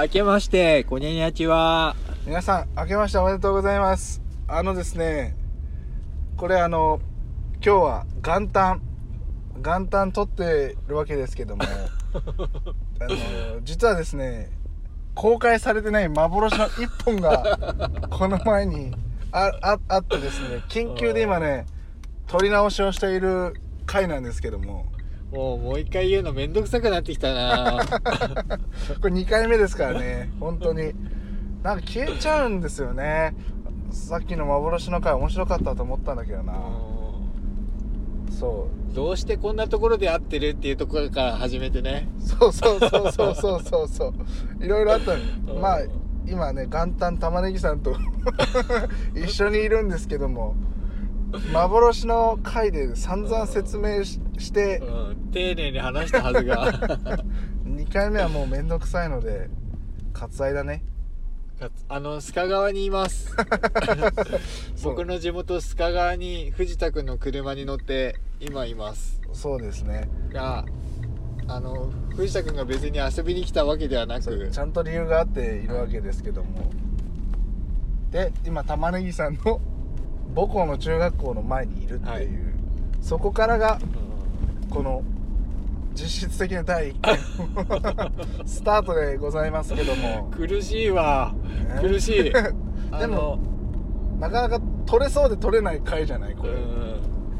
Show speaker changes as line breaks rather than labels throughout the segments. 明けまして、こにゃにゃちは。
皆さん明けましておめでとうございますあのですねこれあの今日は元旦元旦撮ってるわけですけどもあの実はですね公開されてない幻の一本がこの前にあああってですね緊急で今ね撮り直しをしている回なんですけども
もう、もう一回言うのめんどくさくなってきたな
これ2回目ですからね本当になんか消えちゃうんですよねさっきの幻の回面白かったと思ったんだけどな、そ
どうしてこんなところで会ってるっていうところから始めてね。
うそうそうそうそうそうそうそういろいろあった
うん
まあ今ね元旦玉ねぎさんと 一緒にいるんですけども幻の回で散々説明しして
うん、丁寧に話したはず が。
2回目はもう面倒くさいので割愛だね
かつあの、須賀川にい ます。
そう
僕の地元須賀川に藤田くんの車に乗って、今います。
そうですね
が、あの、藤田くんが別に遊びに来たわけではな
そう
く
ち、ゃんと理由があっているわけですけども、で今玉ねぎさんの 母校の中学校の前にいるっていう、
はい
そこからが
うん
この実質的な第1回 のスタートでございますけど も
苦しいわ。
ね
苦しい。 で
でも、なかなか取れそうで取れない回じゃないこれ、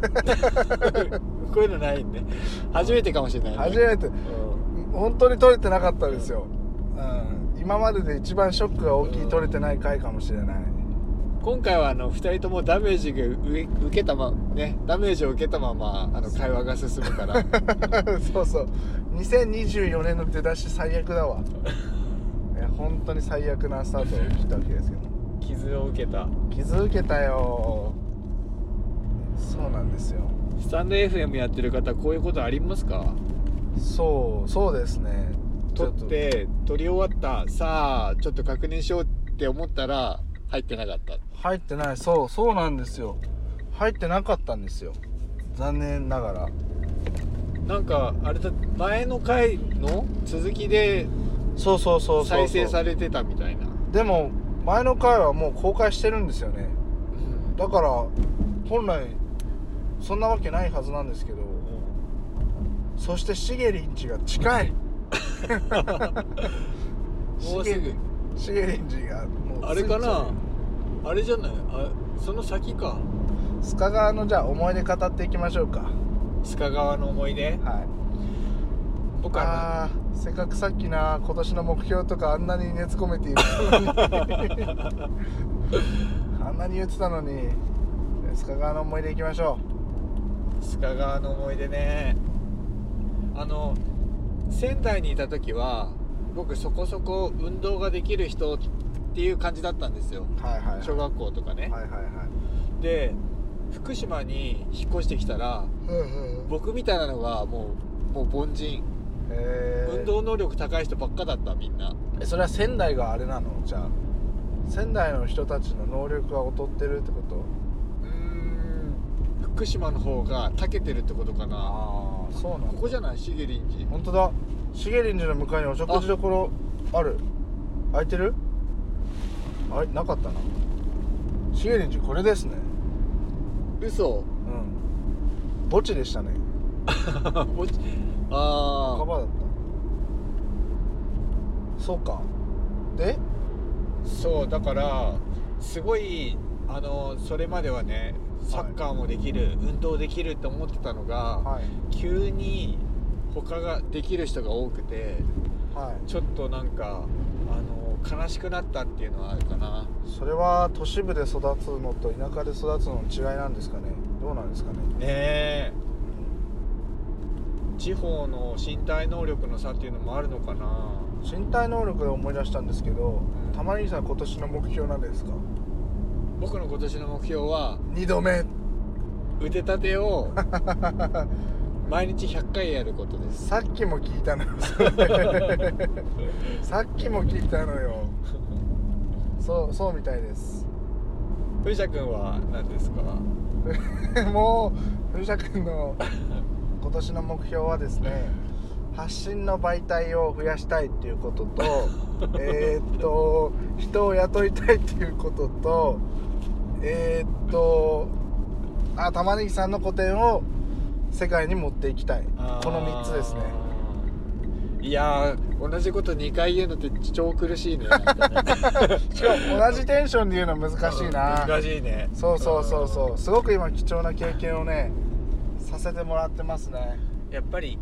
うんこういうのないんで初めてかもしれないね、
初めて本当に取れてなかったですよ、うん、今までで一番ショックが大き
う
い
ん
取れてない回かもしれない、
今回はあの2人ともダメージが受け受けたまねダメージを受けたままあの会話が進むから
そうそう2024年の出だし最 悪だわいや本当に最悪なスタートを切ったわけですけど
傷を受けた
傷受けたよそうなんですよ
スタンド FM やってる方こういうことありますか
そうそうですね
撮って撮り終わったさあちょっと確認しようって思ったら入ってなかった
入ってないそうそうなんですよ入ってなかったんですよ残念ながら
なんかあれだ前の回の続きで
そうそうそうそうそ
再
う
生されてたみたいな
でも前の回はもう公開してるんですよねだから本来そんなわけないはずなんですけどそしてしげりんちが 近い
もうすぐ
しげりんちがもう
あれかなあれじゃないあその先か
須賀川のじゃあ思い出語っていきましょうか
須賀川の思い出
はい
僕は
あーせっかくさっきな今年の目標とかあんなに熱込めて言 ってたのにあんなに言ってたのに須賀川の思い出いきましょ
須賀川の思い出ねあの仙台にいた時は僕そこそこ運動ができる人っていう感じだったんですよ
うはいはいはい
小学校とかね、
はいはいはい
で福島に引っ越してきたら
うんうん
僕みたいなのがもうもう凡人
えー
運動能力高い人ばっかだったみんな
えそれは仙台があれなのじゃあ仙台の人たちの能力が劣ってるってこと
うーん福島の方が長けてるってことかな
ああそうな
こ
の
こじゃないしげりんち
本当だしげりんじの向かいにお食事どころある空いてるあれなかったなしげりんじこれですね
嘘
うん墓地でしたね
ぼちあ
墓
あ
場だったそうかで
そうだからすごいあのそれまではねサッカーもできる、運動できるって思ってたのが、
はい
急に他ができる人が多くて
はい
ちょっとなんかあの悲しくなったっていうのはあるかな
それは都市部で育つのと田舎で育つのの違いなんですかねどうなんですかね
ねえ地方の身体能力の差っていうのもあるのかな
身体能力で思い出したんですけど
うん
たまにさん今年の目標なんですか
僕の今年の目標は
2度目
腕立て を毎日100回やることです
さっきも聞いた のよそれさっきも聞いたのよそうそうみたいです
藤田君は何ですか
もう藤田君の今年の目標はですね発信の媒体を増やしたいっていうこと とえーっと人を雇いたいっていうこととえーっとあ玉ねぎさんの個展を世界に持っていきたい
あー
この3つですね
いやー同じこと2回言うのって超苦しいねなんかね
しかも同じテンションで言うの難しいな
難しいね
そうそうそうそ
ん
うすごく今貴重な経験をねさせてもらってますね
やっぱり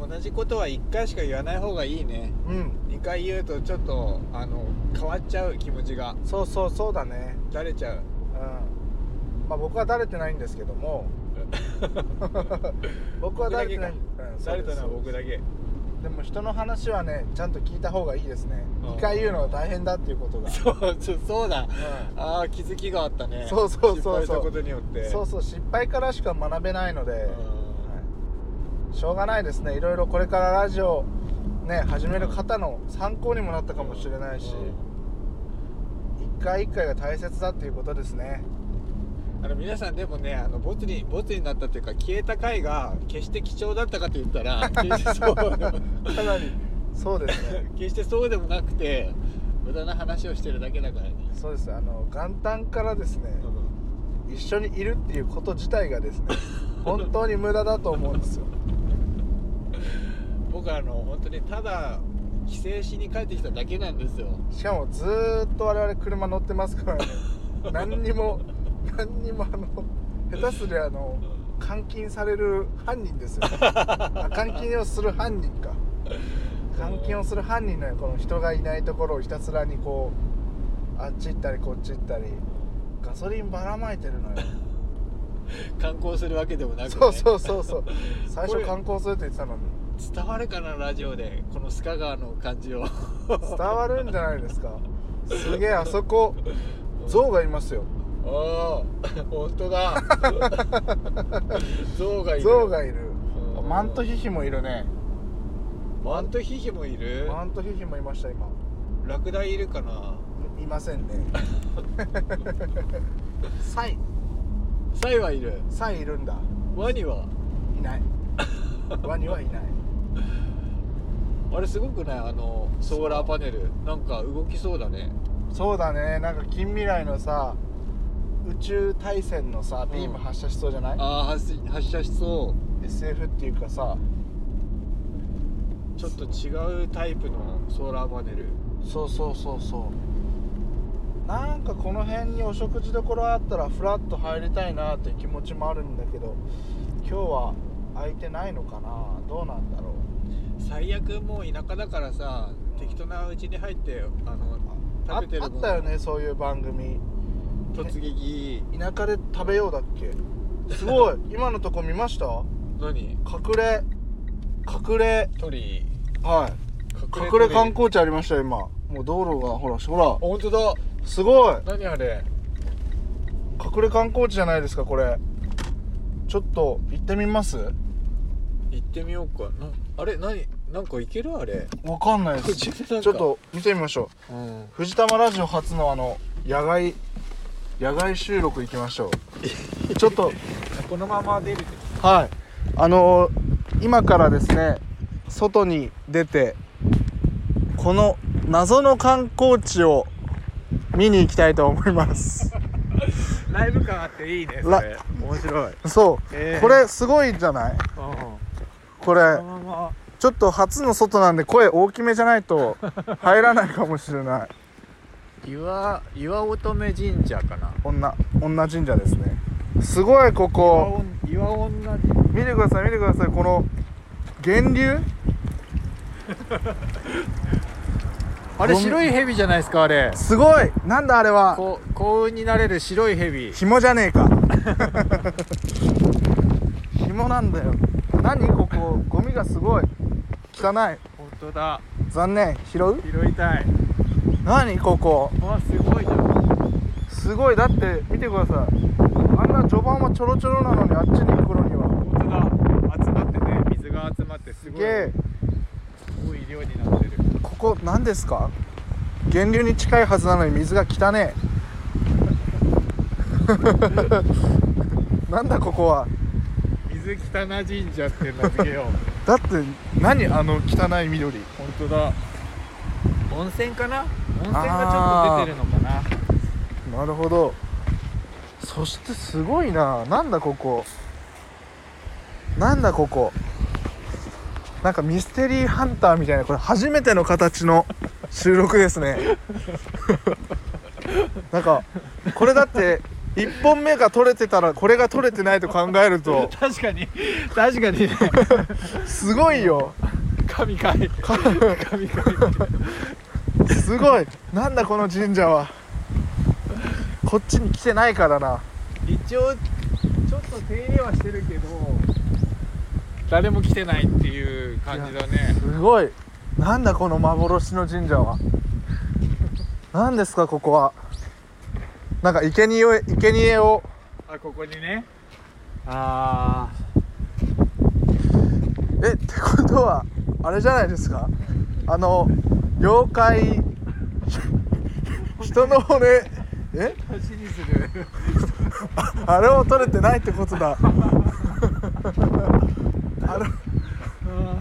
同じことは1回しか言わない方がいいね
うん
2回言うとちょっとあの変わっちゃう気持ちが
そうそうそうだね
だれちゃう
うんまあ僕はだれてないんですけ ども僕はだれてない
僕
うんそう
だ
で
れ
す
たのは僕だけ
でも人の話はねちゃんと聞いた方がいいですね
うん
2回言うのは大変だっていうことが
そうそうそうだ
う
ああ気づきがあったね
そうそうそうそう
失敗したことによって
んそうそう失敗からしか学べないので、
うん
はいしょうがないですねいろいろこれからラジオね始める方の参考にもなったかもしれないし一回一回が大切だっていうことです ね
うんあの皆さんでもねあのボツにボツになったというか消えた回が決して貴重だったかと言った ら決してそうでも
かなりそうですね
決してそうでもなくて無駄な話をしてるだけだからね、
そうですあの元旦からですね一緒にいるっていうこと自体がで すね本当に無駄だと思うんですよ
僕はあの本当にただ帰省しに帰ってきただけなんですよ
しかもずーっと我々車乗ってますか らね何にも何にもあの下手すりゃあの監禁される犯 人ですよあ監禁をする犯人か監禁をする犯人のよこの人がいないところをひたすらにこうあっち行ったりこっち行ったりガソリンばらまいてるのよ
観光するわけでもなく、ね、
そうそうそうそう最
こ
初
れ
観光するって言ってたのに
伝わるかなラジオでこの須賀川の感じを
伝わるんじゃないですかすげえあそこ象がいますよ
お お本当だ 象がいる
象がいる
うん
マントヒヒもいるね
マントヒヒもいる
マントヒヒもいました今
ラクダいるかない
ませんね サイ
サイはいる
サイいるんだ
ワニはい
ないワニはいない
あれすごくないあのソーラーパネルなんか動きそうだね
そうだねなんか近未来のさ宇宙大戦のさビーム発射しそうじゃない、
ああ発し発射しそう
SF っていうかさ
ちょっと違うタイプのソーラーパネル
そうそうそうそうなんかこの辺にお食事どころあったらフラッと入りたいなっていう気持ちもあるんだけど今日は空いてないのかなどうなんだろ
最悪もう田舎だからさ適当なうちに入ってあの
うあ
食べてる
あ
もの
ったよねそういう番組
突撃
田舎で食べようだっけす ごい今のとこ見ました
何
隠れ隠れ
鳥
はい隠れ観光地ありましたよ今もう道路がほらほ
本当だ
らすごい
何あれ
隠れ観光地じゃないですかこれちょっと行ってみます
行ってみようかなあれ何なんか行けるあれ
わかんないです
口で
ち
な
ょ
ん
っ
か
と見てみましょう
うん
藤玉ラジオ初のあの野外野外収録行きましょ うちょっと
このまま出るって
はいあのー今からですね外に出てこの謎の観光地を見に行きたいと思います
ライブ感あっていいね
ラ
それ面白い
そう、
えー
これすごいじゃないこれ
このまま
ちょっと初の外なんで声大きめじゃな いと入らないかもしれない
岩岩乙女神社かな
女女神社ですねすごいここ
岩女
見てください見てくださいこの源流
あれ白い蛇じゃないですかあれ
すごいなんだあれは
こう幸運になれる白い蛇
紐じゃねえか 紐なんだよ何ここゴミがすごい汚い
本当だ
残念拾う
拾いたい
何ここ
わすごいじゃん
すごいだって見てくださいあんな序盤はちょろちょろなのにあっちに行く頃には
本当だ集まってね水が集まってす
す
ごい
げえ
多い量になってる
ここ何ですか源流に近いはずなのに水が汚 ねえなんだここは
水汚な神社って名付けよう
だって何あの汚い緑
本当だ温泉かな温泉がちょっと出てるのかな
なるほどそしてすごいななんだここなんだここなんかミステリーハンターみたいなこれ初めての形の収録ですね なんかこれだって1本目が取れてたらこれが取れてないと考えると
確かに確かにね
すごいよ
神 回
か
神回
すごいなんだこの神社はこっちに来てないからな
一応ちょっと手入れはしてるけど誰も来てないっていう感じだね
すごいなんだこの幻の神社は何ですかここはなんか生贄を生贄を
あここにねあ
えってことはあれじゃないですかあの妖怪人の骨え
あ足にする
あれも取れてないってことだあれ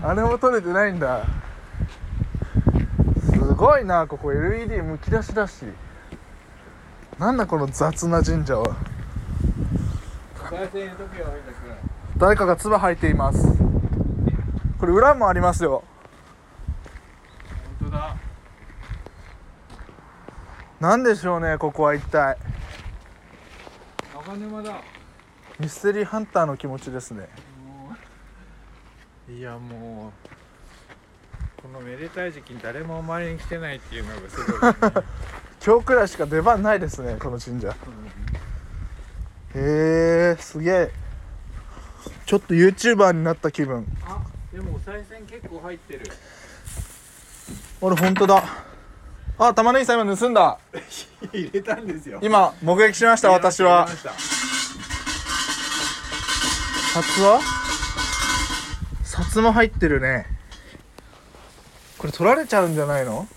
あれも取れてないんだすごいなここ LED むき出しだしなんだこの雑な神社は
再生入れとくよ遠藤君
誰かが唾吐いていますこれ裏もありますよ
本当だ
なんでしょうねここは一体
赤沼だ
ミステリーハンターの気持ちですね
もういやもうこのめでたい時期に誰も周りに来てないっていうのがすごい、ね、
今日くらいしか出番ないですねこの神社へえすげえちょっと YouTuber になった気分
あでもお賽銭結構入ってる
あれ本当だあ玉ねぎさん今盗んだ
入れたんですよ
今目撃しました私は札は札も入ってるねこれ取られちゃうんじゃないの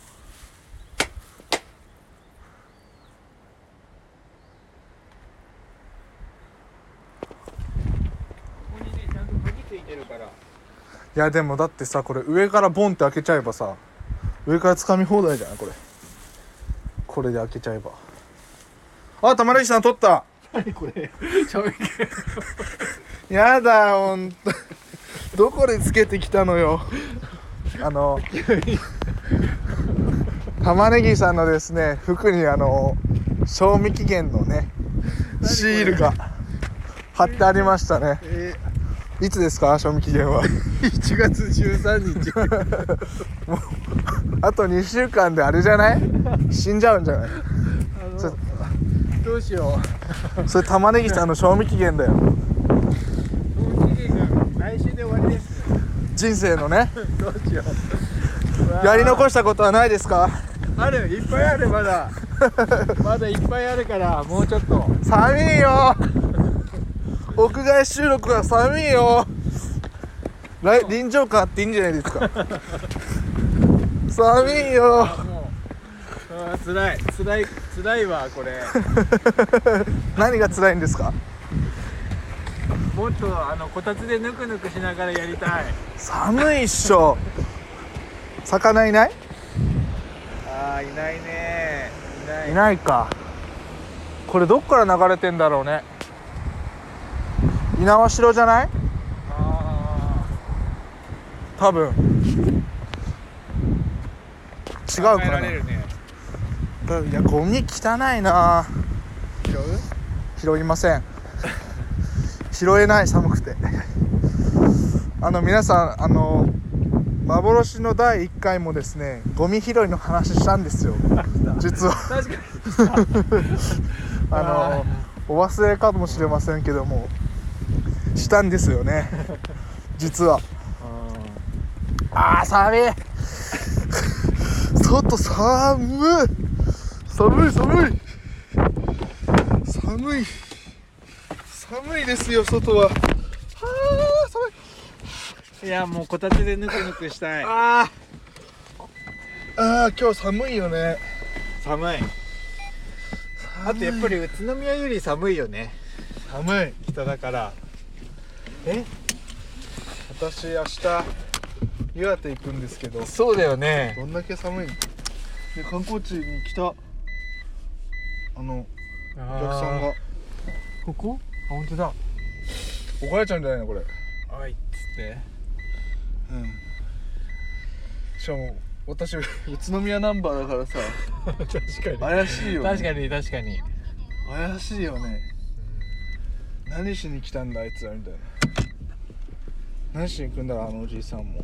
ここにねちゃんと鍵ついてるから
いやでもだってさこれ上からボンって開けちゃえばさ上から掴み放題じゃないこれこれで開けちゃえばあ玉ねぎさん取った
何これ賞味期限
やだほんとどこでつけてきたのよあの玉ねぎさんのですね服にあの賞味期限のねシールが貼ってありましたね
え
いつですか賞味期限は
ー、1月13日
あと2週間であれじゃない死んじゃうんじゃない
あ
ちょ
のどうしよう
それ玉ねぎさんの賞味期限だよ
賞味期限が来週で終わりです
人生のね
どうしよう
やり残したことはないですか
あるいっぱいあるま だまだいっぱいあるからもうちょっと
寒いよ屋外収録は寒いよ来臨場感あっていいんじゃないですか寒いよ
あもうあー辛い辛い辛いわこれ
何が辛いんですか
もっとあのこたつでぬくぬくしながらやりたい
寒いっしょ魚いない
あーいないねいない
いないかこれどっから流れてんだろうね猪苗代じゃない
あ
多分違う
ー
か
考えら
な
れるね
いやゴミ汚いな
拾う
拾いません拾えない寒くてあの皆さんあの幻の第1回もですねゴミ拾いの話したんですよ実は
確かに
あのお忘れかもしれませんけどもしたんですよ ね実はあー寒い外寒い寒い寒い寒い寒いですよ外ははあ寒い
いやもうこたつでぬくぬくしたい
あーあー今日寒いよね
寒いあとやっぱり宇都宮より寒いよね
寒い
北だからえ
私明日岩手行くんですけど
そうだよね
どんだけ寒いので観光地に来たあ
お
のお客さんが
ここあ本当だ
怒られちゃうんじゃないのこれう
おいっつって
んしかも私 宇都宮ナンバーだからさ
確かに
怪しいよ、ね、
確かに確かに
怪しいよね何しに来たんだあいつらみたいな何しに来んだろうあのおじいさんも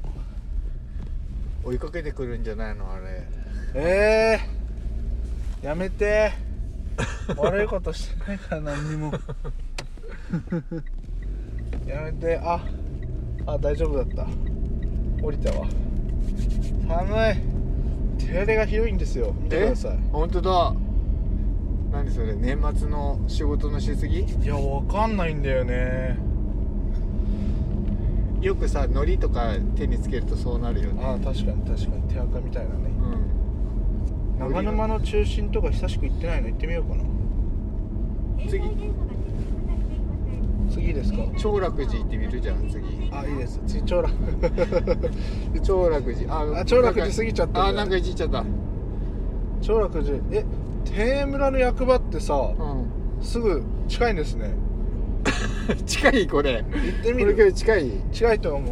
追いかけてくるんじゃないのあれ
えー、やめて悪いことしてないから何にも やめてああ大丈夫だった降りたわ寒い手荒れがひどいんですよ見てください
本当だ何それ年末の仕事のしすぎ
いやわかんないんだよね
よくさ海苔とか手につけるとそうなるよね
ああ確かに確かに手垢みたいなね
うん
長沼の中心とか久しく行ってないの行ってみようかな
次
次ですか
長楽寺行ってみるじゃん次
あいいです次長楽
長楽寺あ
あ長楽寺過ぎちゃったんだ
あなんかいじっちゃったう
長楽寺え天村の役場ってさ
ん
すぐ近いんですね
近いこれ
行って
こ
み
れけ
る
ど近い
近いと思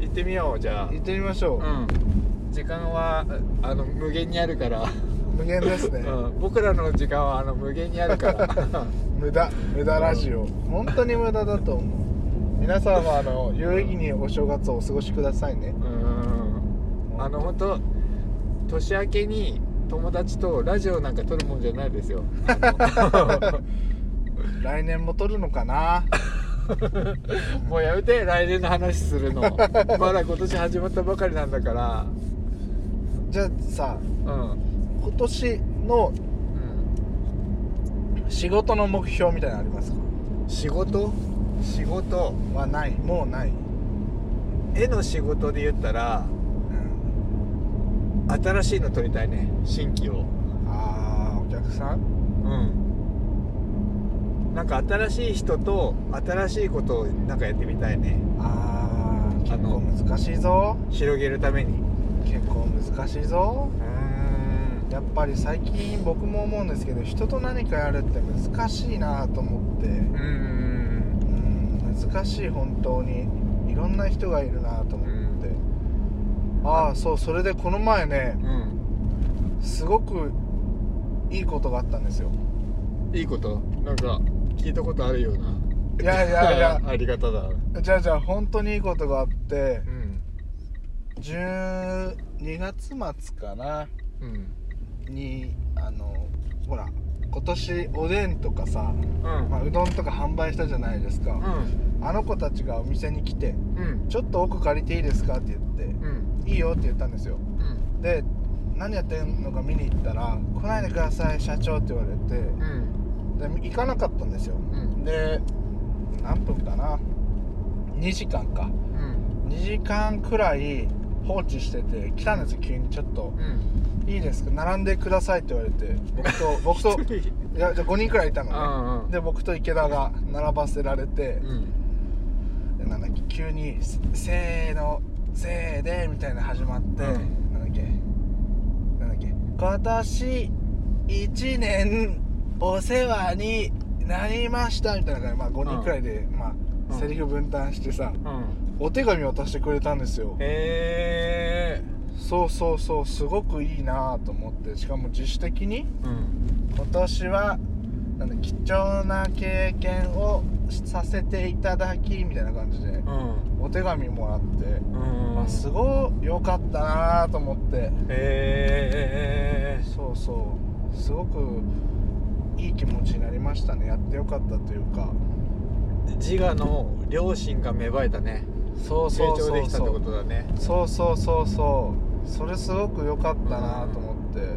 行ってみようじゃ
う行ってみましょ
う
う、
ん時間はあの無限にあるから、
無限です
う
ね、
ん、僕らの時間はあの無限にあるから
無駄無駄ラジオ、本当に無駄だと思う皆さんはあの有意義にお正月をお過ごしくださいね
うんあの本当年明けに友達とラジオなんか撮るもんじゃない ですよ
来年も撮るのかな
もうやめて来年の話するのまだ今年始まったばかりなんだから
じゃあさ
うん、
今年の仕事の目標みたいなのありますか
うん、仕事仕事
はないもうない、
絵の仕事で言ったら
うん、
新しいの撮りたいね新規を
あーお客さん
うんなんか新しい人と新しいことをなんかやってみたいね
あー
あ
結
の
構難しいぞ
広げるために
結構難しいぞ
うん
やっぱり最近僕も思うんですけど人と何かやるって難しいなと思って
うん
うん難しい本当にいろんな人がいるなと思って、ああそうそれでこの前ね
うん
すごくいいことがあったんですよ
いいことなんか聞いたことあるようない
やいや いや
ありがただ
じゃあじゃあ本当にいいことがあって
うん
12月末かな
うん
にあのほら今年おでんとかさ、
うん
まあ、うどんとか販売したじゃないですか、あの子たちがお店に来て
うん
「ちょっと奥借りていいですか?」って言っ
うん
て「いいよ」って言ったんですよ
うん
で何やってんのか見に行ったら「来ないでください社長」って言われて
うん
で行かなかったんですよ
うん
で何分かな2時間か
うん
2時間くらい放置してて来たんですよ急にちょっと
うん
「いいですか並んでください」って言われて僕と僕 といやじゃ5人くらいいたのね
あ
で僕と池田が並ばせられて
あうん
でなんだっけ急にせ「せーのせーで」みたいなの始まって、
うん
なんだっけなんだっけ今年1年お世話になりましたみたいな感じで、まあ、5人くらいで、まあ、
うん
セリフ分担してさ
うん
お手紙渡してくれたんですよ
へえ
そうそうそうすごくいいなと思ってしかも自主的に
うん
今年はなんだ貴重な経験をさせていただきみたいな感じで
うん
お手紙もらって
うん
あすごい良かったなと思って
へえ
そうそうすごくいい気持ちになりましたねやってよかったというか
自我の両親が芽生えたね
そう
成
そう
長
そ
で
う
きた
そ
ってこ
う
とだね
そうそうそうそうそれすごく良かったなと思って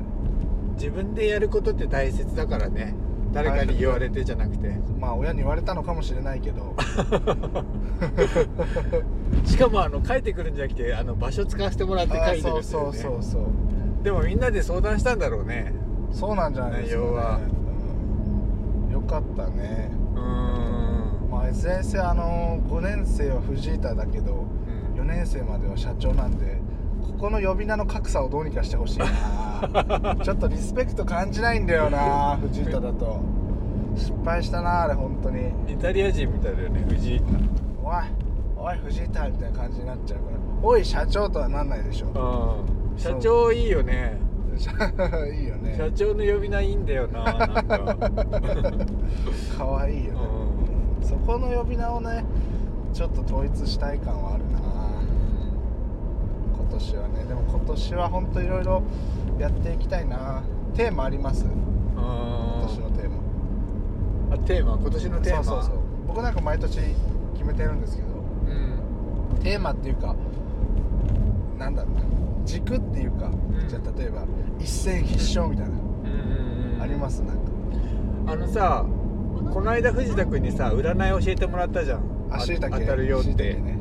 自分でやることって大切だからね誰かに言われてじゃなくて
まあ親に言われたのかもしれないけど
しかもあの書いてくるんじゃなくてあの場所使わせても らって書い
あ
てるんだよ
そう
ね
そうそうそう
でもみんなで相談したんだろうね
そうなんじゃないですか、ね、
内容は
うん良かったね
うーん
まあ SNS あの5年生は藤井田だけど
うん
4年生までは社長なんでここの呼び名の格差をどうにかしてほし いなちょっとリスペクト感じないんだよな藤田だと失敗したなあれ本当に
イタリア人みたいだよね藤井
おいおい藤田みたいな感じになっちゃうからおい社長とはなんないでしょ
うん社長いいよね
社いいよね
社長の呼び名いいんだよななん か
可愛いよね、そこの呼び名をねちょっと統一したい感はあるな今年はねでも今年はほんといろいろやっていきたいなテーマあります今
うんあ
年のテーマ
テーマ今年のテーマ
そうそうそう僕なんか毎年決めてるんですけど
うん
テーマっていうかなんだろうな軸っていうか、
ん
じゃあ例えば一戦必勝みたいな、
うんうん
ありますなんか
あのさこの間藤田君にさ占い教えてもらったじゃん
あしいた
当
け
たるよって、
ね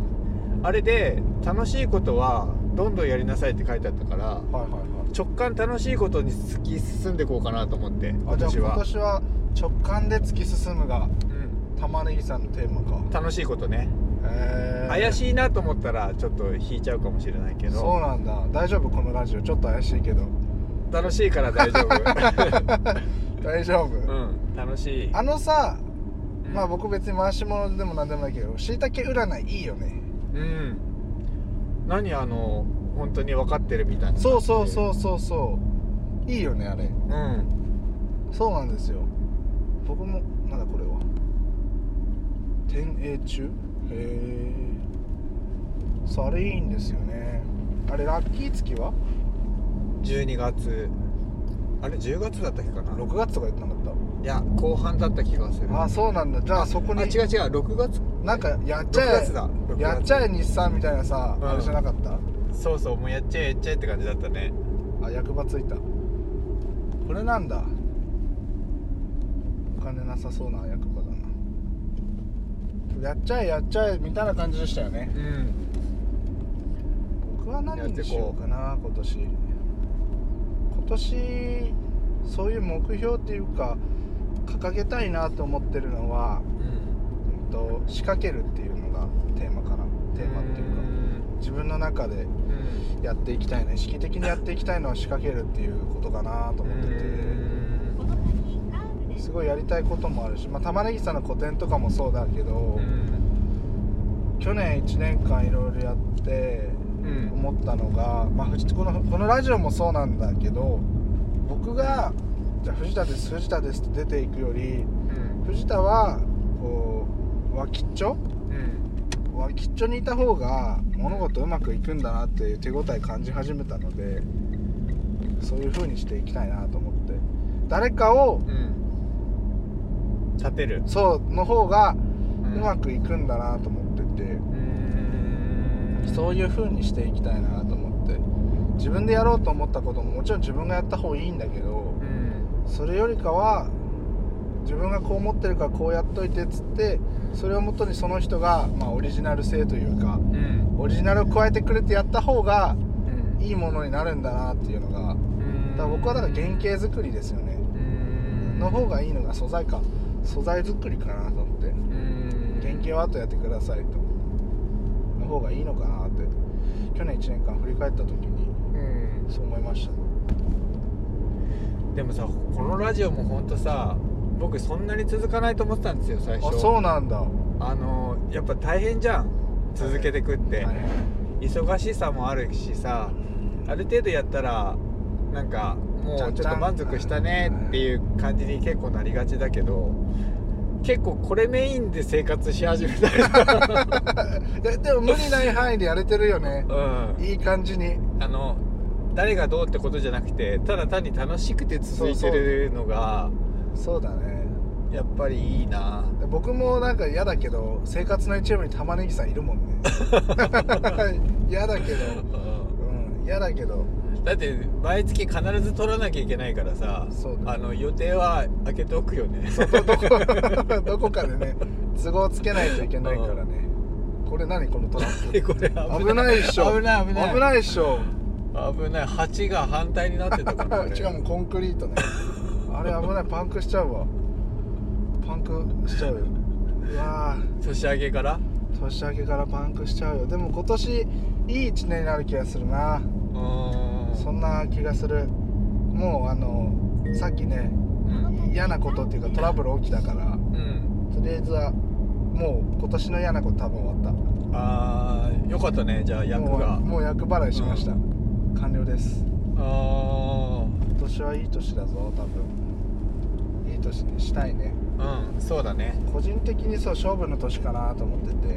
あれで楽しいことはどんどんやりなさいって書いてあったから
はいはいはい
直感楽しいことに突き進んでいこうかなと思って
あじゃあ
私
今
は、
年は直感で突き進むが
うん、
玉ねぎさんのテーマか
楽しいことね、
へえ
怪
い
しいなと思ったらちょっと引いちゃうかもしれないけ
そう
ど
なんだ大丈夫このラジオちょっと怪しいけど
楽しいから大丈
大丈夫、
夫、うん、楽しい
あのさ
うん
まあ僕別に回し物でも何でもないけどしいたけ占いいいよね
うん何あの本当に分かってるみたいな
そうそうそうそうそういいよねあれ
ううん
そうなんですよ僕もなんだこれは天栄中へえそうあれいいんですよねあれラッキー月は
12月あれ10月だったっけかな
6月とか言ってなかっ
いや後半だった気がする
たあそうなんだじゃあそこに
あ違う違う6月
なんかやっち
6
ゃ
月だ
えやっち
ゃ
ゃえ日産みたいなさ、
うん
あれじゃなかった
そうそうもうやっちゃえやっちゃえって感じだったね
あ役場ついたこれなんだお金なさそうな役場だなやっちゃえやっちゃえみたいな感じでしたよね
うん
僕は何にしようかな今年今年そういう目標っていうか掲げたいなと思ってるのは、
うん
うん、と仕掛けるっていうのがテーマかなテーマっていうか自分の中で
うん
やっていきたいね意識的にやっていきたいのは仕掛けるっていうことかなと思っててすごいやりたいこともあるし、まあ、玉ねぎさんの個展とかもそうだけど、去年1年間いろいろやって
うん
思ったのが、まあ、藤このこのラジオもそうなんだけど僕が「じゃあ藤田です藤田です」って出ていくより藤田はこう脇っちょ
うん
脇っちょにいた方が物事うまくいくんだなっていう手応え感じ始めたのでそういう風にしていきたいなと思って誰かを
うん立てる
そうの方が
う
うまくいくんだなと思ってて、
うん
そういう風にしていきたいなと思って自分でやろうと思ったことももちろん自分がやった方がいいんだけど
うん
それよりかは自分がこう思ってるからこうやっといてっつってそれをもとにその人が、まあ、オリジナル性というか
うん
オリジナルを加えてくれてやった方が
うん
いいものになるんだなっていうのがだから僕はだから原型作りですよね
うん
の方がいいのが素材か素材作りかなと思って
うん
原型は後やってくださいとの方がいいのかなって去年1年間振り返った時に
うん
そう思いました
でもさこのラジオもほんとさ僕そんなに続かないと思ってたんですよ最
あ
初
そうなんだ
あのやっぱ大変じゃん続けてくって、
はい
忙しさもあるしさある程度やったらなんかもう
ち
ち
ゃ
ょ
ん
っ
ちゃん
と満足したねっていう感じに結構なりがちだけど結構これメインで生活し始めた ら
ででも無理ない範囲でやれてるよね
うん
いい感じに
あの誰がどうってことじゃなくてただ単に楽しくて続いてるのが
そうだね
やっぱりいいな
で僕もなんか嫌だけど生活の一部に玉ねぎさんいるもんね 嫌だけどうん嫌だけど
だって毎月必ず取らなきゃいけないからさ
そう
あ
だね
の予定は開けておくよね
どどこ どこかでね都合つけないといけないからねこれ何このトラッ
これ
プ危ないっしょ
危ない危ない
危ないっしょ
危ない鉢が反対になってたからね
しかもコンクリートねあれ危ないパンクしちゃうわパンクしちゃうようわ
年明けから
ー年明けからパンクしちゃうよでも今年いい1年になる気がするな
うん
そんな気がするもうあのさっきね
うん
嫌なことっていうかトラブル起きたから
うん
とりあえずはもう今年の嫌なこと多分終わっ
ああよかったねじゃあ
た
役
も
が
うもう役払いしました、
う
完了です
あ
今年はいい年だぞ多分いい年にしたいね
あうんそうだね
個人的にそう勝負の年かなと思ってて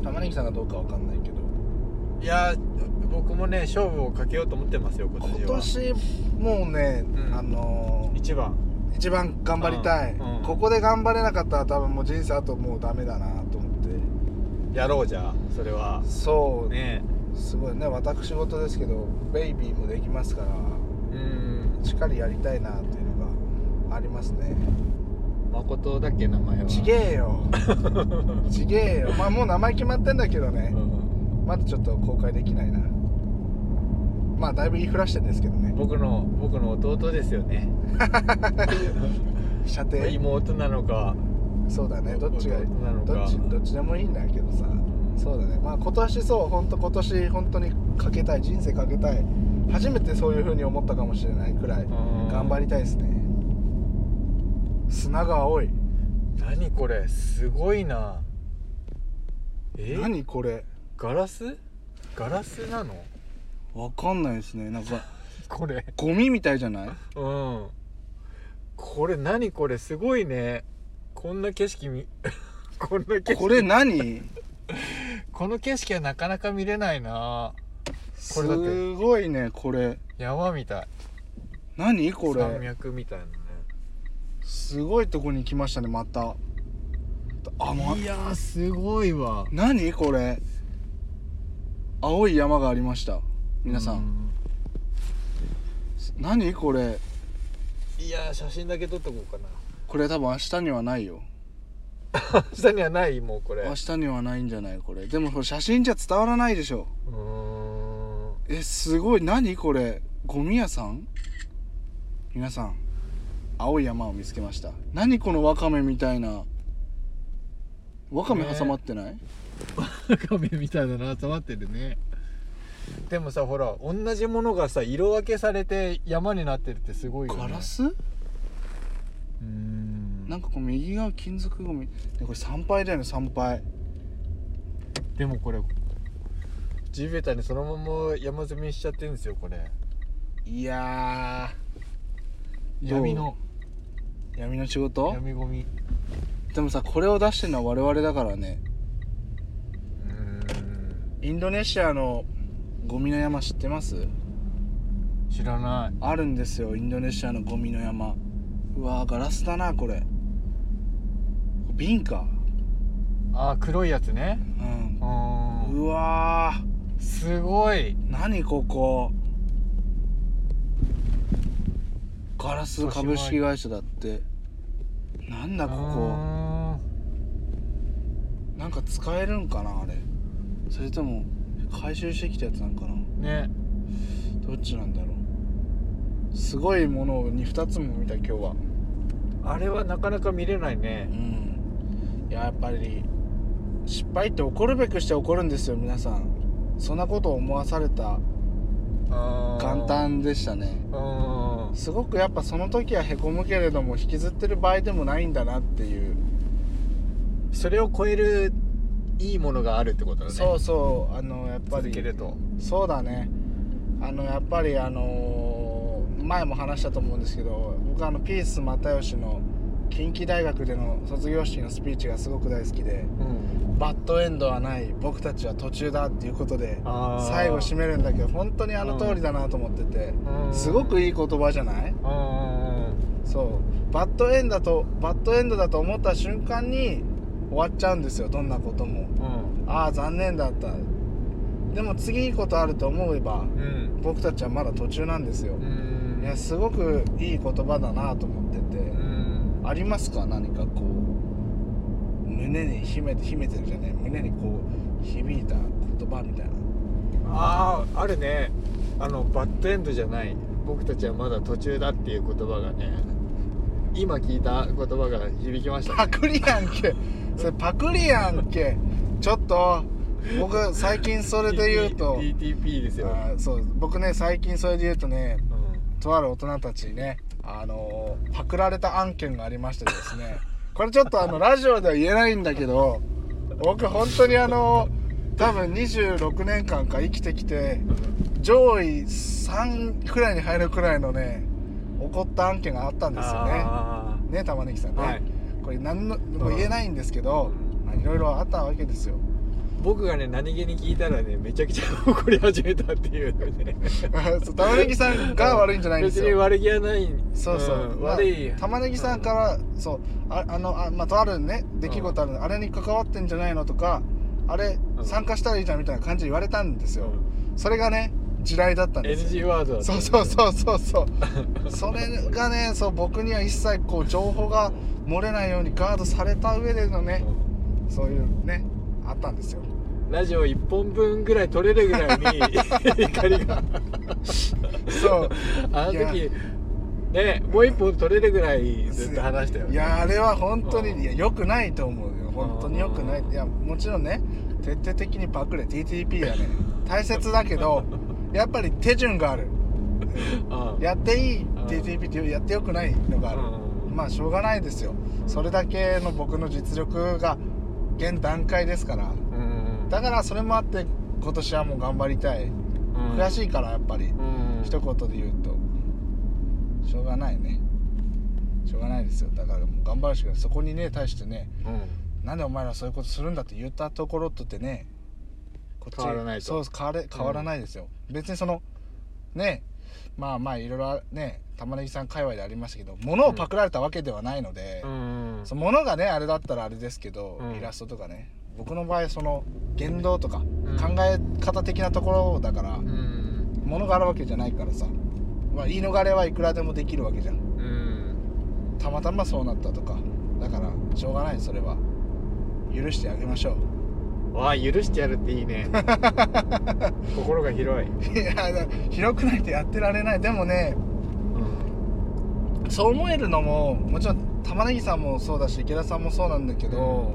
う
玉ねぎさんがどうかわかんないけど
んいや僕もね勝負をかけようと思ってますよ今年は
今年もうね、
うん
あのー
一番
一番頑張りたい、
うんうん
ここで頑張れなかったら多分もう人生あともうダメだなと思って
やろうじゃあそれは
そう、
ね
すごいね私事ですけどベイビーもできますから
うん
しっかりやりたいなっていうのがありますね
誠だっけ名前は
ちげえ よちげえよまあもう名前決まってんだけどね
う、ん
まだちょっと公開できないなまあだいぶ言いふらしてんですけどね
僕の僕の弟ですよね
射程
妹なのか
そうだねどっちが
弟なのか
どっちどっちでもいいんだけどさそうだねまあ今年そう本当今年本当にかけたい人生かけたい初めてそういう風に思ったかもしれないくらい頑張
り
りたいですね砂が青い
何これすごいなえ
何これ
ガラスガラスなの
わかんないですねな んか
これ
ゴミみたいじゃない
うんこれ何これすごいねこんな景色見 こんな景色
これ何
この景色はなかなか見れないな こ
す
れだって
ごいねこれ
山みたい
何これ
山脈みたいなね
すごいとこに来ましたねまたあま
いやーすごいわ
何これ青い山がありました皆さん、何これ
うんいやー写真だけ撮っとこうかな
これ多分明日にはないよ
下にはないもうこれ
明日にはないんじゃないこれでもこれ写真じゃ伝わらないでしょ
うーん
えすごい何これゴミ屋さん皆さん青い山を見つけました何このワカメみたいなワカメ挟まってない、
中身みたいなの集まってるねでもさほら同じものがさ色分けされて山になってるってすごいよ、ね、
ガラス
うーん
なんかこう右側金属ゴミねこれ参拝だよね参拝
でもこれ地べたにそのまま山積みしちゃってるんですよこれ
いやどう
闇の
ー闇の仕事
闇ゴミ
でもさこれを出してるのは我々だからね
うーん
インドネシアのゴミの山知ってます
知らない
あるんですよインドネシアのゴミの山うわーガラスだなこれ瓶か
あー黒いやつね
うん
うーん
うわ
すごい
ー何ここガラス株式会社だってなんだここなんか使えるんかなあれそれとも回収してきたやつなんかな
こね
どっちなんだろうすごいものに2つも見た今日は
あれはなかなか見れないね
うんいややっぱり失敗って怒るべくして怒るんですよ皆さんそんなことを思わされた
簡
元旦でしたね
うーん
すごくやっぱその時はへこむけれども引きずってる場合でもないんだなっていう
それを超えるいいものがあるってことだね
そうそうあのやっぱ
続
り
けると
そうだねあのやっぱりあのー前も話したと思うんですけど僕はあのピース又吉の近畿大学での卒業式のスピーチがすごく大好きで
うん
バッドエンドはない僕たちは途中だっていうことで
あー
最後締めるんだけど本当にあの通りだなと思っててすごく
いい
いい言葉じゃないそうバッドエンドだとバッドエンドだと思った瞬間に終わっちゃうんですよどんなこともああ残念だったでも次いいことあると思えば
うん
僕たちはまだ途中なんですよ
う、ん
いやすごくいい言葉だなと思ってて、
うん
ありますか何かこう胸に秘めて秘めてるじゃねえ胸にこう響いた言葉みたいな
あああるねあのバッドエンドじゃない僕たちはまだ途中だっていう言葉がね今聞いた言葉が響きました
パ
ね
クリやんけそれパクリやんけちょっと僕最近それで言うと
TTP ですよ、
あーそう僕ね最近それで言うとね
うん
とある大人たちにねあのーパクられた案件がありましてですね これちょっとあのラジオでは言えないんだけど僕本当にあの多分26年間か生きてきて上位3くらいに入るくらいのね怒った案件があったんですよね
あ
ね玉ねぎさんね、
はい
これ何のもう言えないんですけどまあいろいろあったわけですよ
ー僕がね何気に聞いたらねめちゃくちゃ 怒り始めたっていうね
そう玉ねぎさんが悪いんじゃないんですよ
別に悪気はない
そうそう、
ん
まあ
悪い
玉ねぎさんから、そうああのあまあとあるね出来事ある、あれに関わってんじゃないのとかあれ、
うん
参加したらいいじゃんみたいな感じで言われたんです
う
よ、
ん
それがね地雷だったんですよ
NG ワードだった
そうそうそうそうそう それがねそう僕には一切こう情報が漏れないようにガードされた上でのねそういうねあったんで すよ
うんラジオ1本分ぐらい取れるぐらいに 怒りが
そう
あの
い
時ねもう1本取れるぐらいずっと話したよね
いやあれは本当
うん
にいや良くないと思うよ本当に良くないいやもちろんね徹底的にパクれ TTP はね大切だ けどやっぱり手順がある
うん
やっていい
ん
TTP ってやってよくないのがある
うん
まあしょうがないですよそれだけの僕の実力が現段階ですから
うん
だからそれもあって今年はもう頑張りたい
うん
悔しいからやっぱり
うん
一言で言うとしょうがないねしょうがないですよだからもう頑張るしかないそこにね対してね
うん
なんでお前らそういうことするんだって言ったところとってねこ
変わらないと
そう変われ変わらないですよ、別にそのねまあまあいろいろね玉ねぎさん界隈でありましたけど物をパクられたわけではないので、
うん
その物がねあれだったらあれですけど、
うん
イラストとかね僕の場合その言動とか
うん
考え方的なところだから、
うん
物があるわけじゃないからさ、まあ、言い逃れはいくらでもできるわけじゃん
うん
たまたまそうなったとかだからしょうがないそれは許してあげましょう
わあ許してやるっていいね心が広い、
いやだ広くないとやってられないでもね
うん
そう思えるのももちろん玉ねぎさんもそうだし池田さんもそうなんだけど、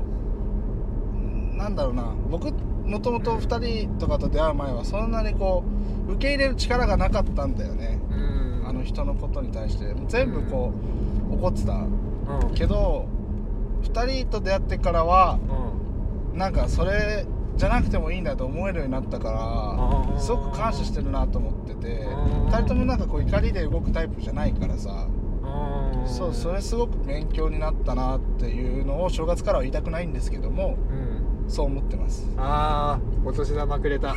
なんだろうな僕もともと2人とかと出会う前はそんなにこう受け入れる力がなかったんだよね
うん、
あの人のことに対して全部こう怒ってた
うん
けど2人と出会ってからは
うん
なんかそれじゃなくてもいいんだと思えるようになったからすごく感謝してるなと思ってて
うん
2人ともなんかこう怒りで動くタイプじゃないからさ
うん
そうそれすごく勉強になったなっていうのを正月からは言いたくないんですけども
うん
そう思ってます
あーお年玉くれ た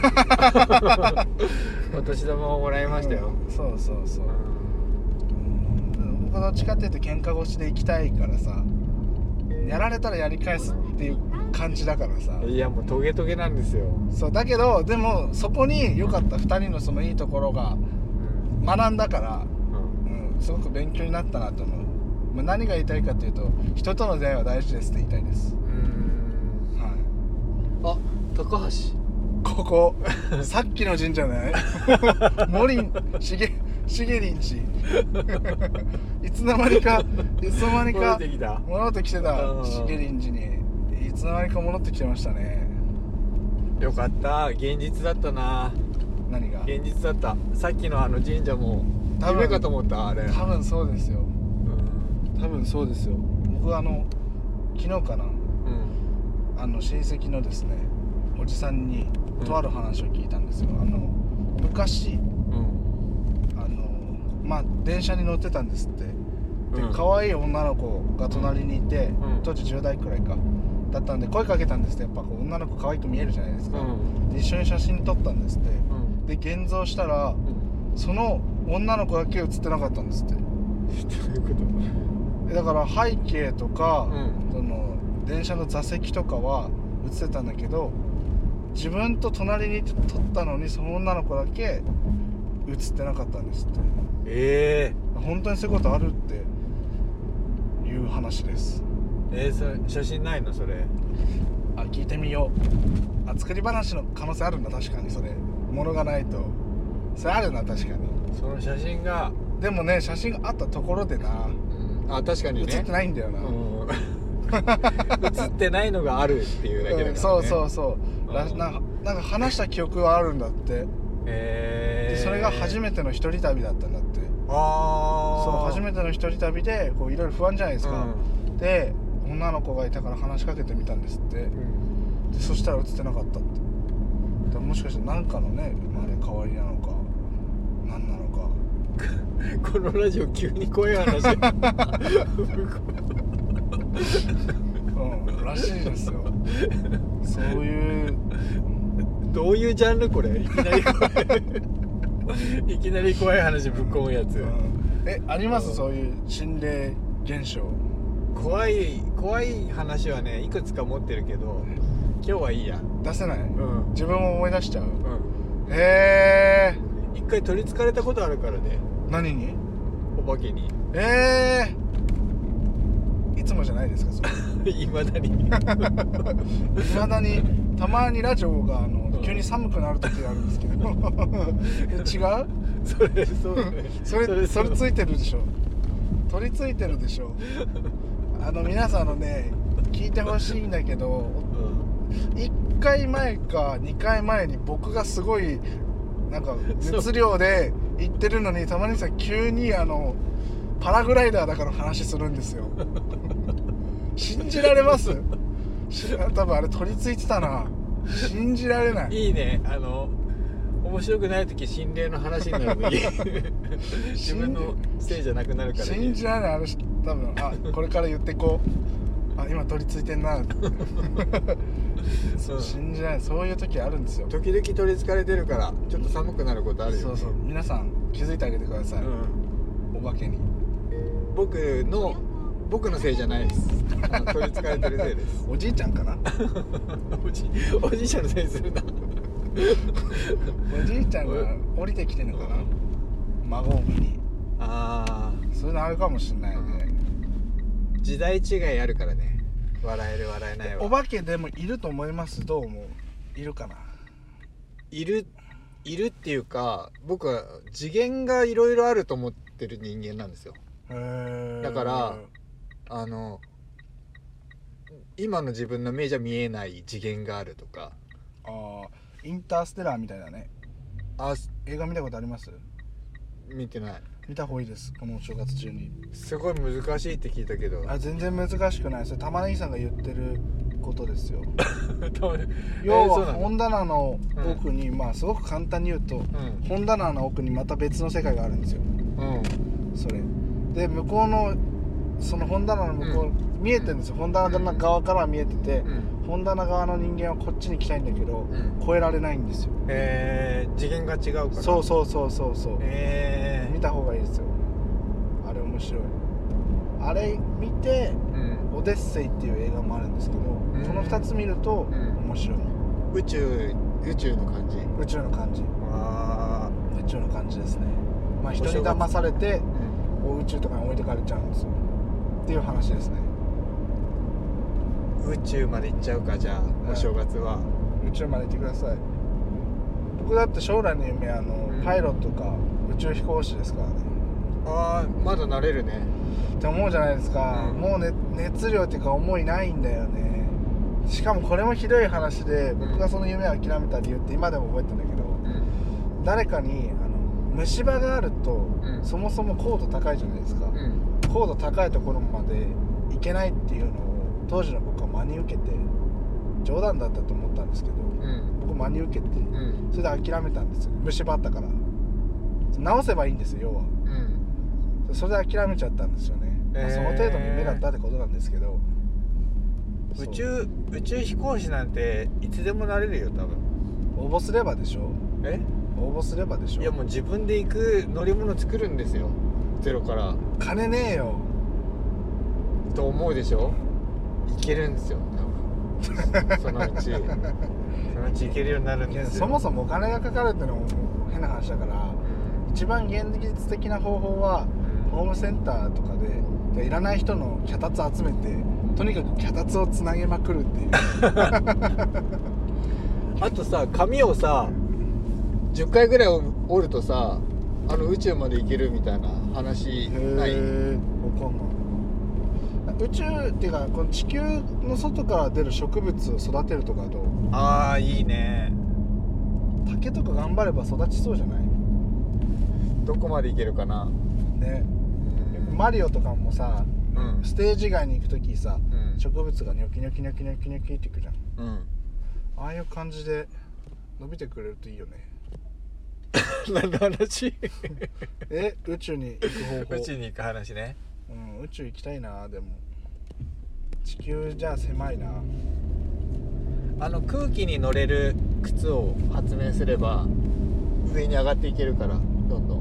お年玉をもらいましたよ、
うんそうそうそう
うん
うん僕どっちかっていうと喧嘩腰で行きたいからさやられたらやり返すっていう感じだからさ
いやもうトゲトゲなんですよ、
そうだけどでもそこに良かった2人のそのいいところが
うん
学んだから、
うん
うん、すごく勉強になったなと思う、まあ、何が言いたいかというと人との出会いは大事ですって言いたいです、
うん
はい、
あ高橋
ここ さっきの神社 ね森しげしげりんち いつの間にかいつの間に
戻っ
か
てきた
戻ってきて
うん
たしげりんちにいつの間にか戻ってきてましたね
よかった現実だったな
何が
現実だったさっきのあの神社も
多分
夢かと思ったあれ
多分そうですよ
うん
多分そうですよ僕あの昨日かな
うん
あの親戚のですねおじさんに
うん
とある話を聞いたんですよ、あの昔
うん
あのまあ電車に乗ってたんですってで
うん
可愛い女の子が隣にいて、
うん
当時10代くらいかだったんで声かけたんですってやっぱこう女の子可愛く見えるじゃないです
う
か、
ん
で一緒に写真撮ったんですって
うん
で現像したら その女の子だけ写ってなかったんですって
どういうこと
でだから背景とか、
うん
その電車の座席とかは映ってたんだけど自分と隣に撮ったのにその女の子だけ映ってなかったんですって
え
本当にそういうことあるっていう話です
ー、えー、そ写真ないのそれ
あ聞いてみようあ作り話の可能性あるんだ確かにそれ物がないとそれあるな確かに
その写真が、
でもね写真があったところでな
あ確かに
映っ
ね
てないんだよな、
うん 映ってないのがあるっていうだけだから、
うん
ね、
そうそうそう、ら
うん
なんかなんか話した記憶はあるんだって、
へ
で
え
それが初めての一人旅だったんだって
あ
そう
あ
初めての一人旅でこういろいろ不安じゃないですか、で女の子がいたから話しかけてみたんですってでそしたら映ってなかったってだからもしかして何かのね生まれ変わりなのか何なのか
うん このラジオ急に怖い話
うんらしいですよそういう
どういうジャンルこれいきなり怖 いいきなり怖い話ぶっ込むやつ、
うんえあります
うん
そういう心霊現象
怖い怖い話はねいくつか持ってるけど今日はいいや
出せない
うん
自分も思い出しちゃう
うん
ええ
一回取りつかれたことあるからね
何に
お化けに
ええいつもじゃないですかそれ
いまだに
いまだにたまにラジオがあの、
うん
急に寒くなる時があるんですけ ど違う
それそうだね
それそれ
う
ついてるでしょ取り付いてるでしょあの皆さんあのね聞いてほしいんだけど
うん
1回前か2回前に僕がすごいなんか熱量で行ってるのにたまにさん急にあのパラグライダーだから話するんです よ信じられますし多分あれ取り付いてたな信じられない
いいねあの面白くない時心霊の話になるのい い自分のせいじゃなくなるからいい
信じられないあれ多分あこれから言ってこうあ今取り付いてんなそう
うん
信じられないそういう時あるんですよ
時々取りつかれてるからちょっと寒くなることあるよ、ね、
そうそう皆さん気づいてあげてください、
うん
お化けに
僕の僕のせいじゃないですあの取りつかれてるせいです
おじいちゃんかな
おじおじいちゃんのせいにするな
おじいちゃんが降りてきてるのかな孫を見に
あ
そういうのあるかもしれないね
ー時代違いあるからね笑える笑えないは
お化けでもいると思いますどう思ういるかない
るいるっていうか僕は次元がいろいろあると思ってる人間なんですよ
へえ
だからあの今の自分の目じゃ見えない次元があるとか
あーインターステラーみたいなね
あす
映画見たことあります
見てない
見た方がいいですこのお正月中に
すごい難しいって聞いたけど
あ全然難しくないそれ玉ねぎさんが言ってることです よ
多分
要
えーそうなんだ
は本棚の奥に、まあすごく簡単に言うと
うん
本棚の奥にまた別の世界があるんですよ
うん
それで向こうのその本棚の向こう、見えてるんですよ本棚の側からは見えてて、
うん
本棚側の人間はこっちに来たいんだけど、
うん
越えられないんですよ
えー、次元が違うから
そうそうそうそうそう、
え
見た方がいいですよあれ面白いあれ見て
ーうん
「オデッセイ」っていう映画もあるんですけど、
ん
この2つ見る
ん
と面白い、
宇宙宇宙の感じ
宇宙の感じ
あ
宇宙の感じですねまあ人に
お正月
騙されて
あ、うん、
宇宙とかに置いてかれちゃうんですよっていう話ですね
宇宙まで行っちゃうかじゃあお正月は、
宇宙まで行ってください僕だって将来の夢あの、
うん
パイロットか宇宙飛行士ですからね
ああまだ慣れるね
って思うじゃないですか、
うん
もう、ね、熱量っていうか思いないんだよねしかもこれもひどい話で
ん
僕がその夢を諦めた理由って今でも覚えてるんだけど
うん
誰かにあの虫歯があると、
うん
そもそも高度高いじゃないですか、
うん
高度高いところまで行けないっていうのを当時の僕は真に受けて冗談だったと思ったんですけど
うん
僕真に受けて、
うん
それで諦めたんですよ虫歯あったから直せばいいんですよ要は
うん
それで諦めちゃったんですよね、まあ
へー
その程度の夢だったってことなんですけど
宇
そう
宙宇宙飛行士なんていつでもなれるよ多分
応募すればでしょ
え
応募すればでしょ
いやもう自分で行く乗り物作るんですよゼロから
金ねえよ
と思うでしょ行けるんですよ多 分そのうちそのうち行けるようになるん
い
で
や
すよ
そもそもお金がかかるってのも変な話だから一番現実的な方法はホームセンターとかででいらない人の脚立集めてとにかく脚立をつなげまくるっていう
あとさ髪をさ10回ぐらい折るとさあの宇宙まで行けるみたいな話ない
わかんない宇宙っていうかこの地球の外から出る植物を育てるとかだと
ああいいね
竹とか頑張れば育ちそうじゃない
どこまでいけるかな
ね
うん
マリオとかもさ
うん
ステージ外に行く時さ
うん
植物がニョキニョキニョキニョキニョキってくじゃん
うん
ああいう感じで伸びてくれるといいよね
何の話
え宇宙に行く 方法
宇宙に行く話ね
うん、宇宙行きたいなでも地球じゃ狭いな
あの空気に乗れる靴を発明すれば上に上がっていけるからどんどん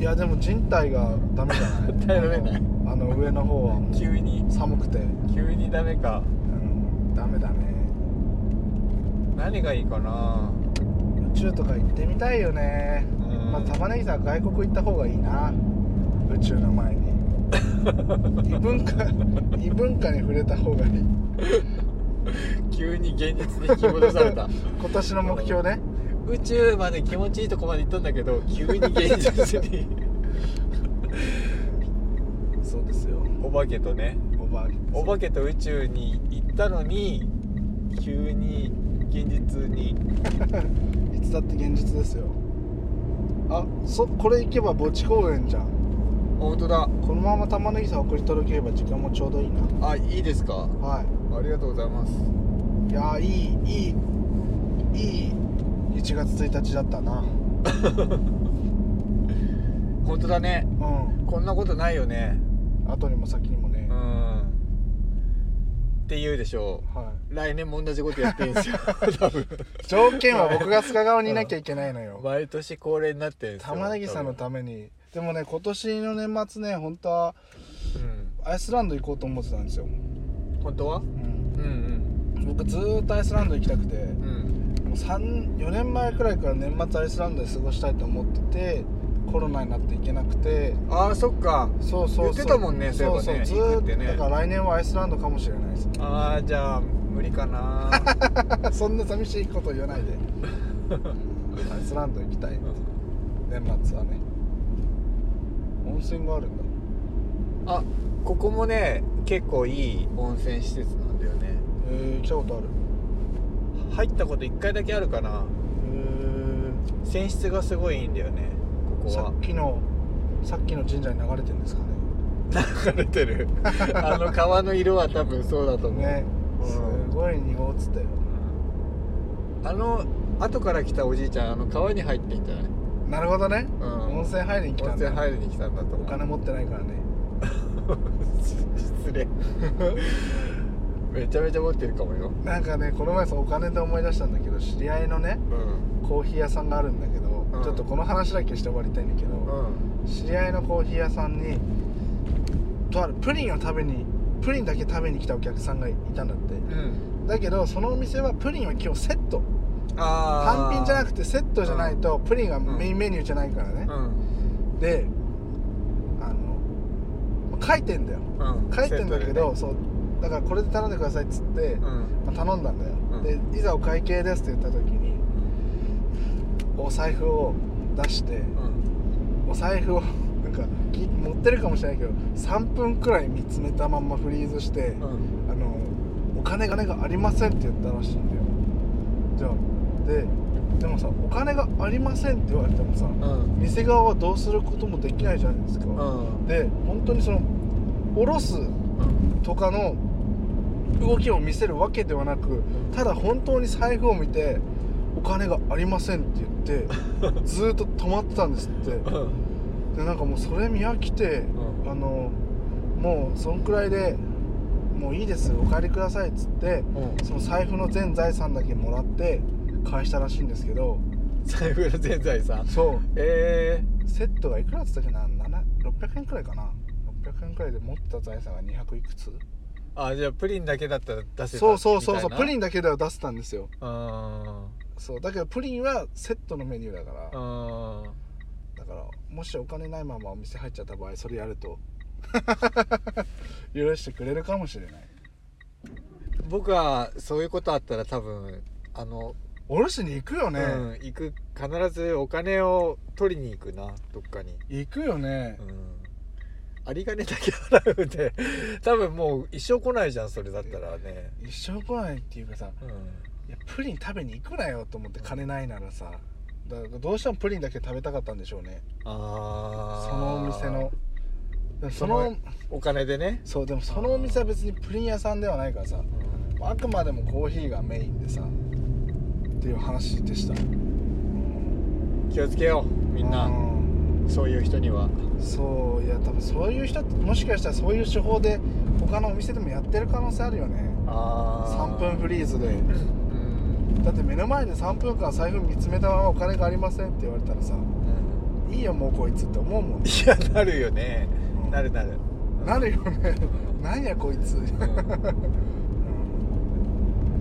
いやでも人体がダメじゃな い
耐えられない
あの上の方はもう
急に
寒くて、
急にダメか
うん、ダメだね
何がいいかな
宇宙とか行ってみたいよね、
うん
まあ玉ねぎさんは外国行った方がいいな宇宙の前に異 文化異文化に触れた方がいい
急に現実に引き戻された
今年の目標ね
宇宙まで気持ちいいとこまで行ったんだけど急に現 実に
そうですよ
お化けとね
おばあ
お化けと宇宙に行ったのに急に現実に
いつだって現実ですよあそこれ行けば墓地公園じゃん
本当だ
このまま玉ねぎさん送り届ければ時間もちょうどいいな
あいいですか
は
ありがとうございます
いいやーいいいいいい1月1日だったな
本当だね
うん
こんなことないよね
後にも先にもね
う、んって言うでしょ
は
う来年も同じことやっていいんですよ多分
い、条件は僕が須賀川にいなきゃいけないのよ
毎年恒例になってるんですよ
玉ねぎさんのためにでもね今年の年末ね本当は
多分
アイスランド行こうと思ってたんですよ、
うん本当は
うん、
うん
僕ずーっとアイスランド行きたくて
うんうん
もう4年前くらいから年末アイスランドで過ごしたいと思っててコロナになって行けなくて
ああそっか
そうそ
言
うそう
ってたもんねそういえばね
ず
行
ー
く
っ
って
と、
ね
だから来年はアイスランドかもしれないです
ああじゃあ無理かな
そんな寂しいこと言わないで アイスランド行きたい年末はね温泉があるんだ
あここもね結構いい温泉施設なんだよね
えー、来たことある
入ったこと1回だけあるかな
え
泉質がすごいいいんだよねこ
ー、
こ
さ
は
っきのさっきの神社に流れてるんですかね
流れてる あの川の色は多分そうだと思う、
ね
うん
すごい濁ってたよ
あの後から来たおじいちゃんあの川に入っていったね
なるほどね、
うん
温泉入りに来
温
たん
泉
だ
入りに来たんだと思う
お金持ってないからね
失礼めちゃめちゃ持ってるかもよ
なんかねこの前さお金で思い出したんだけど知り合いのね
うん
コーヒー屋さんがあるんだけど、
うん
ちょっとこの話だけして終わりたいんだけ
う
ど、
ん
知り合いのコーヒー屋さんにとあるプリンを食べにプリンだけ食べに来たお客さんがいたんだって
うん
だけどそのお店はプリンは基本セット
ああ
単品じゃなく
て
てセットじゃないとプリンがメインメニューじゃないからね
う、ん
であの書いてんだよ
うん
書いてんだけど、
セッ
そうだからこれで頼んでくださいっつって、
トでねうん
まあ頼んだんだよ、
うん
でいざお会計ですって言った時にお財布を出して
うん
お財布をなんかき持ってるかもしれないけど3分くらい見つめたまんまフリーズして、
うん
あのお金がねがありませんって言ったらしいんだよじゃあででもさお金がありませんって言われてもさ、
うん
店側はどうすることもできないじゃないですか、
うん
で本当にその下ろすとかの動きを見せるわけではなくただ本当に財布を見てお金がありませんって言 ってずーっと止まってたんですって
うん
でなんかもうそれ見飽きて、
うん
あのもうそんくらいでもういいですお帰りくださいっつって
うん
その財布の全財産だけもらって返したらしいんですけど
財布の全財産
そう
え
セットがいくらっつったっけな7 600円くらいかな600円くらいで持ってた財産が200いくつ
ー、あじゃあプリンだけだったら出せた
そうそうそうそう
みたいな
プリンだけでは出せたんですよ
あ
そうだけどプリンはセットのメニューだから
ーあー
だからもしお金ないままお店入っちゃった場合それやると 許してくれるかもしれない
僕はそういうことあったら多分あの、
おろしに行くよね、
うん行く必ずお金を取りに行くなどっかに、
行くよね
う、ん、ありがねだけ払うって 多分もう一生来ないじゃんそれだったらね、
一生来ないっていうかさ
う
いやプリン食べに行くなよと思って金ないならさだからどうしてもプリンだけ食べたかったんでしょうね
ん、あー
そのお店のでもその
お金でね、
そうでもそのお店は別にプリン屋さんではないからさあくまでもコーヒーがメインでさっていう話でした
気をつけようみん
う
なそういう人には
そういや多分そういう人ってもしかしたらそういう手法で他のお店でもやってる可能性あるよね
あ
3分フリーズで
うん
だって目の前で3分間財布見つめたままお金がありませんって言われたらさ
うん
いいよもうこいつって思うもん
いやなるよね、
うん
なるなる
なるよね なんやこいつ、うんい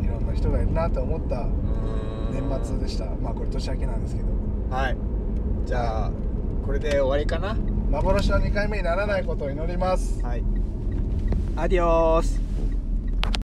ろんな人がいるなって思った年末でしたまあこれ年明けなんですけど
はいじゃあこれで終わりかな
幻の2回目にならないことを祈ります
はいアディオース